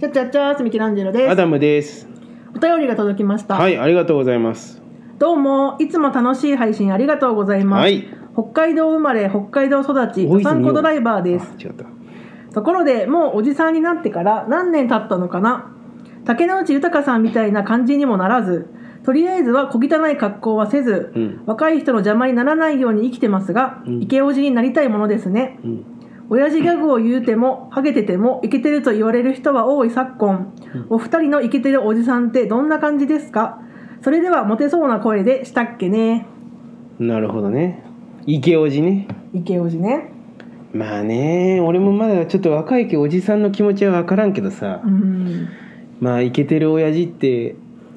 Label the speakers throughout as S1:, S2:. S1: チャチャチャースミキランジェロで
S2: ア
S1: す。
S2: ダムです。
S1: お便りが届きました。
S2: はい、ありがとうございます。
S1: どうも、いつも楽しい配信ありがとうございます。
S2: はい
S1: 北海道生まれ、北海道育ち、
S2: 大
S1: お
S2: 泉洋
S1: さんこドライバーです。
S2: あ違った。
S1: ところでもうおじさんになってから何年経ったのかな竹野内豊さんみたいな感じにもならずとりあえずは小汚い格好はせず、
S2: うん
S1: 若い人の邪魔にならないように生きてますが、
S2: うん
S1: イケオジになりたいものですね
S2: うん。
S1: 親父ギャグを言うてもハゲててもイケてると言われる人は多い昨今お二人のイケてるおじさんってどんな感じですかそれではモテそうな声でしたっけね
S2: なるほどね。イケオジね。
S1: イケオジね
S2: まあね、俺もまだちょっと若いけどおじさんの気持ちは分からんけどさ、
S1: うん
S2: まあイケてる親父って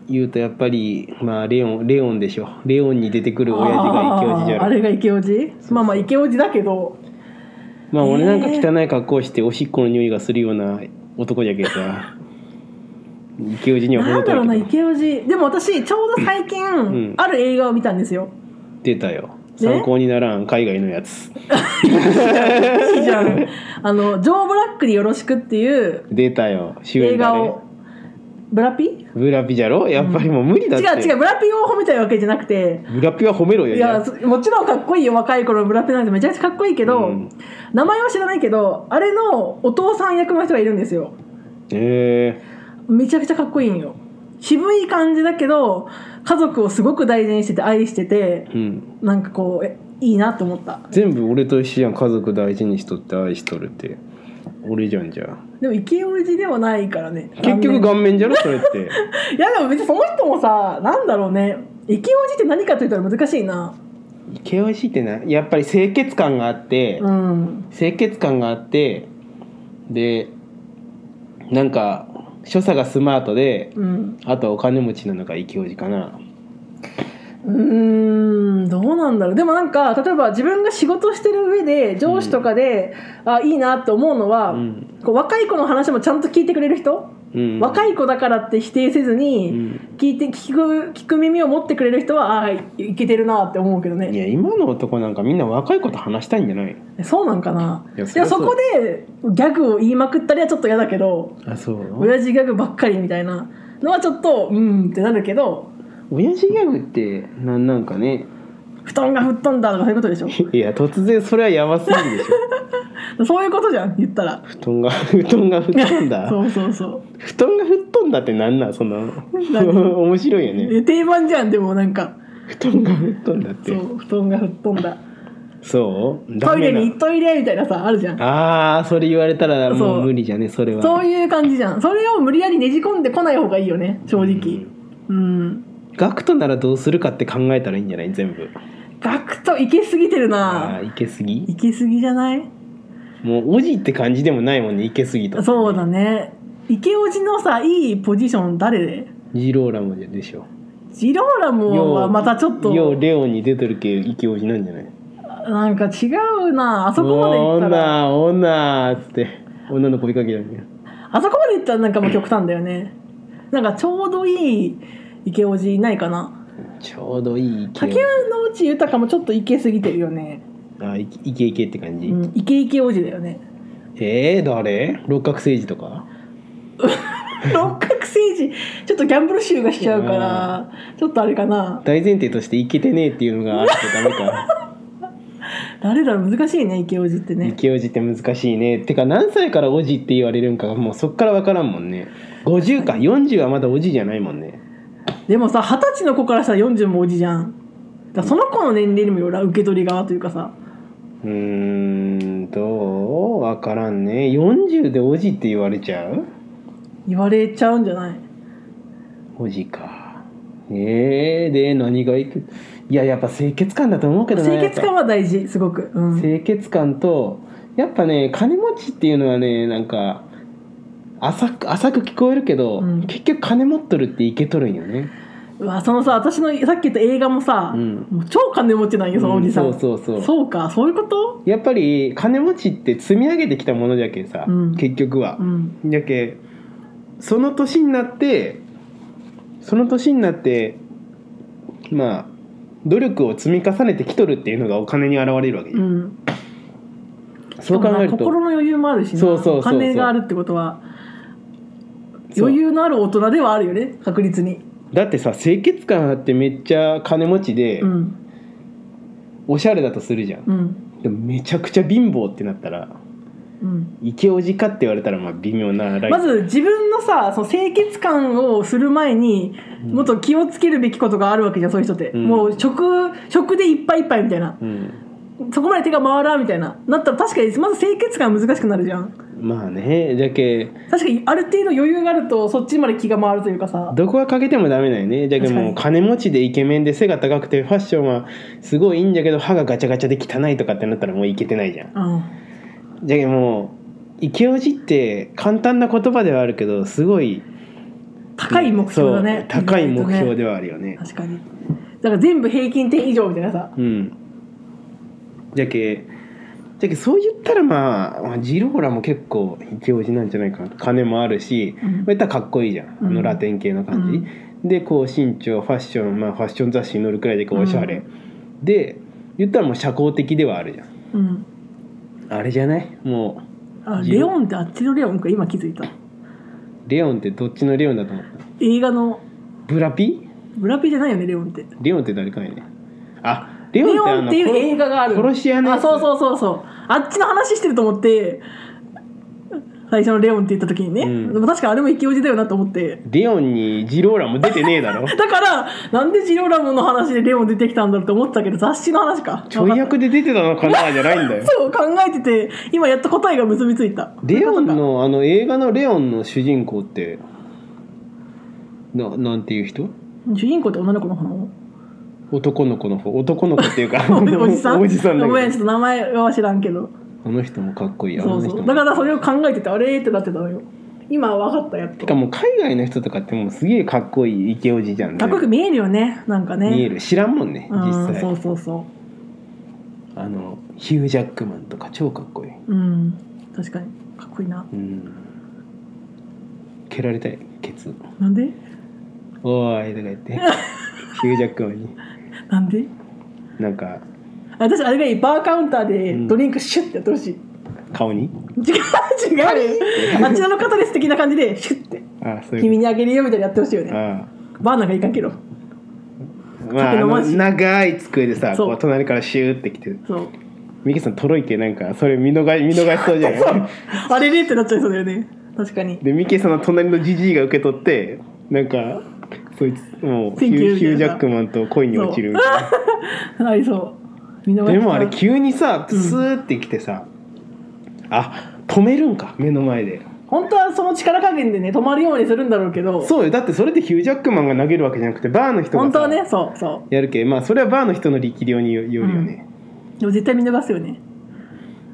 S2: 言うとやっぱりまあレオンレオンでしょ。レオンに出てくる親父がイケオジじゃ
S1: あーあ
S2: ろ。
S1: れがイケオジまあまあイケオジだけど
S2: まあ俺なんか汚い格好しておしっこの匂いがするような男じゃけどさ、イケオジには
S1: な
S2: 程
S1: んだろうな
S2: 遠い
S1: イ
S2: け
S1: ケ
S2: ど。
S1: オジでも私ちょうど最近、
S2: ん
S1: ある映画を見たんですよ
S2: 出たよ。参考にならん海外のやつ。
S1: いいじゃ んあのジョー・ブラックによろしくっていう
S2: 出たよ。主
S1: 映
S2: 演
S1: 画
S2: 誰
S1: をブラピ違
S2: ブラピじゃろやっぱりもう無理だ
S1: う
S2: って、
S1: 違うブラピを褒めたいわけじゃなくて
S2: ブラピは褒めろよ
S1: いやそもちろんかっこいいよ若い頃のブラピなんてめちゃくちゃかっこいいけど、
S2: うん
S1: 名前は知らないけどあれのお父さん役の人がいるんですよ
S2: え
S1: めちゃくちゃかっこいいんよ渋い感じだけど家族をすごく大事にしてて愛してて
S2: ーうん、
S1: なんかこうえいいなと思った
S2: 全部俺と一緒やん家族大事にしとって愛しとるって俺じゃんじゃあ
S1: でも勢いじではないからね
S2: 結局
S1: 顔
S2: 顔面じゃろそれって
S1: 面いやでも別にその人もさなんだろうね勢いじって何かと言ったら難しいな
S2: イケオジってなやっぱり清潔感があって、
S1: うん
S2: 清潔感があってでなんか所作がスマートで
S1: うん
S2: あとはお金持ちなのがイケオジかな
S1: うーんどうなんだろうでもなんか例えば自分が仕事してる上で上司とかで、あいいなと思うのは、
S2: うん
S1: こう若い子の話もちゃんと聞いてくれる人、
S2: うん
S1: 若い子だからって否定せずに、
S2: うん
S1: 聞いて聞く聞く耳を持ってくれる人はあいいけてるなって思うけどね
S2: いや今の男なんかみんな若い子と話したいんじゃない
S1: そうなんかないい
S2: や
S1: や
S2: そりゃそ
S1: そうこでギャグを言いまくったりはちょっと嫌だけど
S2: あそう
S1: 親父ギャグばっかりみたいなのはちょっとうんってなるけど
S2: 親父ギャグってなんなんかね
S1: 布団が吹っ飛んだとかそういうことでしょ
S2: いや突然それはやばすぎるでし ょ
S1: そういうことじゃん言ったら
S2: 布団が布団が吹っ飛ん だ
S1: そうそうそう
S2: 布団が吹っ飛んだってなんなんその
S1: 何
S2: 面白いよね
S1: え定番じゃんでもなんか
S2: 布団が吹っ飛んだって
S1: そ
S2: そう
S1: う布団が吹っ飛んだ
S2: う
S1: トイレに
S2: な
S1: 行っといれみたいなさあるじゃん
S2: ああそれ言われたらも
S1: そうう
S2: 無理じゃねそれは
S1: そういう感じじゃんそれを無理やりねじ込んでこない方がいいよね正直うん
S2: ガクトならどうするかって考えたらいいんじゃない全部
S1: ガクトいけすぎてる
S2: あ
S1: な
S2: あいけすぎ
S1: いけすぎじゃない
S2: もうおじって感じでもないもんねいけすぎと
S1: そうだね池オジのさいいポジション誰で
S2: ジローラもでしょ
S1: ジローラ
S2: よ
S1: モ
S2: う
S1: はまたちょっと
S2: ようレオンに出てるけイケオジなんじゃない
S1: なんか違うなあそこまでいったら
S2: 女女っつって女の声かけだね
S1: あそこまでいったらなんかもう極端だよねなんかちょうどいい池オジいないかな
S2: ちょうどいい勢い
S1: 竹野内豊もちょっとイケすぎてるよね、
S2: あいいけいけって感じ、
S1: うん、イケイケ王子だよね
S2: えー、誰六角政治とか
S1: 六角星人ちょっとギャンブル臭がしちゃうからちょっとあれかな
S2: 大前提としていけてねえっていうのがあるとダメか
S1: 誰だろう難しいね池オジって
S2: イ
S1: ね
S2: ケおじって難しいねてか何歳からおじって言われるんかがもうそっから分からんもんね50か40はまだおじじゃないもんね
S1: でもさ二十歳の子からさ40もおじじゃんだからその子の年齢にもよら受け取り側というかさ
S2: うーんどう分からんね40でおじって言われちゃう
S1: 言われちゃうんじゃない
S2: おじかえー、で何がいくいややっぱ清潔感だと思うけどな
S1: 清潔感
S2: やっ
S1: は大事すごく、う
S2: ぱ
S1: ん、
S2: 清潔感とやっぱね金持ちっていうのはねなんか浅く浅く聞こえるけど、
S1: うん
S2: 結局金持っとるっていけとるんよね
S1: うわそのさ私のさっき言った映画もさ、
S2: うん
S1: もう超金持ちなんよそのおじさん、
S2: うんそうそうそう
S1: そうかそういうこと
S2: やっぱり金持ちって積み上げてきたものじゃけさ、
S1: うん
S2: 結局は
S1: う、ん
S2: じゃけその年になってその年になってまあ努力を積み重ねてきとるっていうのがお金に現れるわけじゃん
S1: うん
S2: そう考える
S1: しかもな
S2: と
S1: 心の余裕もあるしな
S2: そうそうそうそう
S1: お金があるってことは
S2: そう
S1: 余裕のある大人ではあるよね確率に
S2: だってさ清潔感あってめっちゃ金持ちで、
S1: うん
S2: おしゃれだとするじゃん
S1: うん
S2: でもめちゃくちゃ貧乏ってなったら
S1: うん
S2: イケオジかって言われたらまあ微妙なライン
S1: まず自分のさその清潔感をする前に
S2: うん
S1: もっと気をつけるべきことがあるわけじゃんそういう人って、
S2: うん
S1: もう食食でいっぱいいっぱいみたいな
S2: うん、
S1: そこまで手が回らんみたいななったら確かにまず清潔感難しくなるじゃん
S2: まあねじゃけ
S1: 確かにある程度余裕があるとそっちまで気が回るというかさ
S2: どこはかけてもダメだよねじゃけ
S1: 確かに
S2: もう金持ちでイケメンで背が高くてファッションはすごいいいんじゃけど歯がガチャガチャで汚いとかってなったらもういけてないじゃん
S1: うん
S2: じゃけもうイケオジって簡単な言葉ではあるけどすごい
S1: 高い目標だね
S2: そう高い目標
S1: で
S2: ではあるよね
S1: 確かにだから全部平均点以上みたいなさ
S2: うんじゃけじゃけそう言ったらまあまあジローラも結構イケオジなんじゃないかな金もあるし
S1: うん
S2: こうやったらかっこいいじゃん、あ
S1: う
S2: の
S1: ん
S2: ラテン系の感じ、でこう身長ファッション、まあ、ファッション雑誌に載るくらいでこうおしゃれ、
S1: う
S2: で言ったらもう社交的ではあるじゃん
S1: うん
S2: あれじゃないも
S1: あ
S2: 自由
S1: レオンってあっちのレオンか今気づいた
S2: うレオンってどっちのレオンだと思った
S1: 映画の
S2: ブラピ
S1: ブラピじゃないよねレオンって
S2: レオンって誰かいねあレ
S1: レ
S2: オンってあ
S1: オン
S2: の
S1: っていう映画がある
S2: 殺し屋のや
S1: あ
S2: つ
S1: そうそうそうそうあっちの話してると思って最初のレオンって言った時にね、
S2: うん
S1: でも確かあれも勢いだよなと思って
S2: レオンにジローラも出てねえだろ
S1: だからなんでジローラモンの話でレオン出てきたんだろうと思ってたけど雑誌の話か
S2: ちょい役で出てたのかなじゃないんだよ
S1: そう考えてて今やっと答えが結びついた
S2: レオンのあの映画のレオンの主人公ってななんていう人
S1: 主人公って女の子の方なの
S2: 男の子の方男の子っていうか
S1: おじさん
S2: おじさんだ
S1: ごめんち
S2: け
S1: ょっと名前は知らんけど
S2: どあの人もかっこいいあ
S1: そ
S2: の
S1: う
S2: 人
S1: そう
S2: も
S1: だからそれを考えててあれってなってたのよ今分かったやっと
S2: てかもう海外の人とかってもうすげえかっこいいイケオジじゃんね
S1: かっこよく見えるよねなんかね
S2: 見える知らんもんね
S1: うん
S2: 実
S1: そう
S2: 際
S1: そうそ
S2: あのヒュー・ジャックマンとか超かっこいい、
S1: ううん確かにかっこいいな
S2: うん、蹴られたいケツ
S1: なんで
S2: 「おーい」とか言って ヒュー・ジャックマンに
S1: なんで
S2: なんか
S1: あ私あれがいいバーカウンターで
S2: うん
S1: ドリンクシュッてやってほしい、
S2: 顔に
S1: 違う違うあちらの方です的な感じでシュッて
S2: ああそういう
S1: 君にあげるよみたいなやってほしいよね
S2: ああ
S1: バーなんかいかんけど
S2: まあ、あ
S1: 酒飲ま
S2: の
S1: んし
S2: 長い机でさ
S1: そう
S2: こう隣からシューってきて
S1: そう
S2: ミケさんとろいけなんかそれ見逃見逃しそうじゃない
S1: あれれってなっちゃいそうだよね確かに
S2: でミケさんの隣のジジイが受け取ってなんかそいつもうヒ
S1: Thank you
S2: ューヒュージャックマンと恋に落ちるみたいな
S1: ありそう見逃し
S2: で
S1: た
S2: もあれ急にさスーってきてさ、あ止めるんか目の前で
S1: 本当はその力加減でね止まるようにするんだろうけど
S2: そうよだってそれでヒュージャックマンが投げるわけじゃなくてバーの人がさ
S1: 本当はねそうそ
S2: やるけまあそれはバーの人の力量によよるよね、
S1: うでも絶対見逃すよね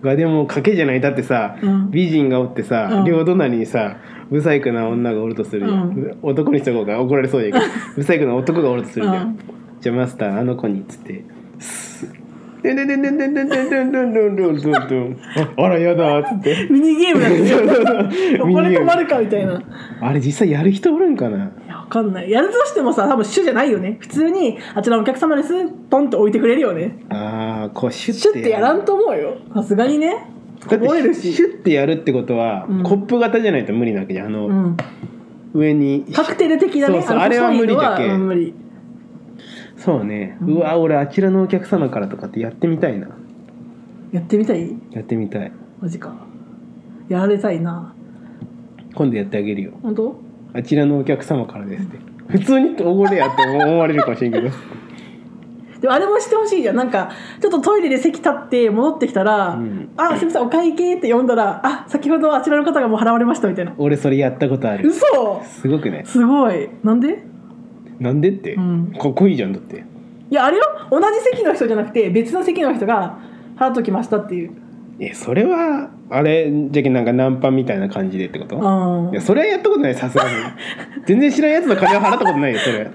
S2: がでも賭けじゃないだってさ、
S1: うん
S2: 美人がおってさ、
S1: うん
S2: 両隣にさブサイクな女がおるとするじゃん、
S1: う
S2: 男にした方が怒られそうじゃんブサイクな男がおるとするじゃん、
S1: うん
S2: じゃあマスターあの子にっつってスッでんでんでんでんでんでんでんでんでんでんでんでんでんああらやだーっつって
S1: ミニゲームなん ですよこ
S2: ミニ
S1: れ
S2: ゲ
S1: 止
S2: ーム
S1: まるかみたいな
S2: あれ実際やる人おるんかない
S1: やわかんないやるとしてもさ多分主じゃないよね普通にあちらのお客様ですポンって置いてくれるよね
S2: あーこうシュッて
S1: シュッてやらんと思うよさすがにね
S2: だ
S1: こ
S2: って
S1: ぼれる
S2: シ
S1: し
S2: ュッてやるってことは、
S1: うん
S2: コップ型じゃないと無理なわけじゃんあの、
S1: うん
S2: 上に
S1: カクテル的なね
S2: そうそう
S1: の
S2: あれは無理だ
S1: 細い
S2: け
S1: のはうん無理
S2: そうね、う
S1: うん
S2: わ俺あちらのお客様からとかってやってみたいな
S1: やってみたい
S2: やってみたい
S1: マジかやられたいな
S2: 今度やってあげるよ
S1: 本当
S2: あちらのお客様からですって普通におごれやって思われるかもしれんけど
S1: でもあれもしてほしいじゃんなんかちょっとトイレで席立って戻ってきたら「
S2: うん
S1: あすみませんお会計」って呼んだら「あ先ほどあちらの方がもう払われました」みたいな
S2: 俺それやったことある
S1: 嘘
S2: すごくね
S1: すごいなんで
S2: なんでって、
S1: うん
S2: かっこいいじゃんだって
S1: いやあれよ同じ席の人じゃなくて別の席の人が払っときましたっていう
S2: えそれはあれじゃけなんかナンパみたいな感じでってこと
S1: うん
S2: いやそれはやったことないさ すがに全然知らんやつの金は払ったことないよそれ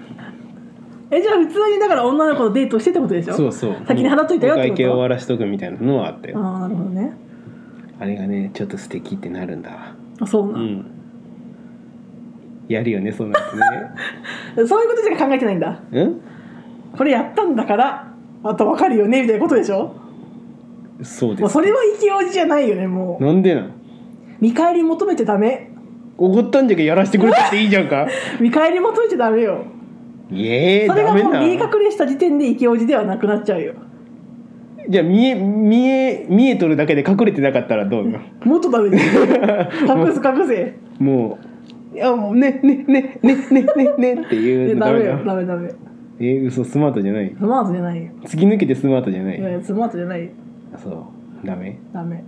S1: えじゃあ普通にだから女の子とデートしてってことでしょ
S2: そうそう
S1: 先に払っといたよっ
S2: お
S1: て
S2: 会
S1: こ
S2: 計終
S1: と
S2: わらしとくみたいなのはあったよ
S1: ああなるほどね
S2: あれがねちょっと素敵ってなるんだわ
S1: あそう
S2: う
S1: な、
S2: んやるよねそうなる
S1: そういうことしか考えてないんだ
S2: とね
S1: これやったんだからあとわかるよねみたいなことでしょ
S2: うんそう
S1: も
S2: で
S1: う
S2: す
S1: それは勢いじゃないよねもう
S2: なんでなん
S1: 見返り求めちゃダメ
S2: おごったんじゃけやらせてくれたっていいじゃんか
S1: 見返りもついちゃダメよ
S2: いえ
S1: それ
S2: ダ
S1: が
S2: メ
S1: もう
S2: な
S1: 見え隠れした時点でイケオジではなくなっちゃうよ
S2: じゃあ見え見え見えとるだけで隠れてなかったらどうな
S1: もっとダメですよ隠す隠せ
S2: もういやもうねねねねねねねっていう
S1: で
S2: の
S1: ダ
S2: ダ
S1: メ
S2: メ
S1: よ
S2: な
S1: ダメダメ
S2: えー、嘘スマートじゃない
S1: スマートじゃないよ
S2: 突き抜けてスマートじゃない
S1: いやいやスマートじゃないよ
S2: そうダメ
S1: ダメ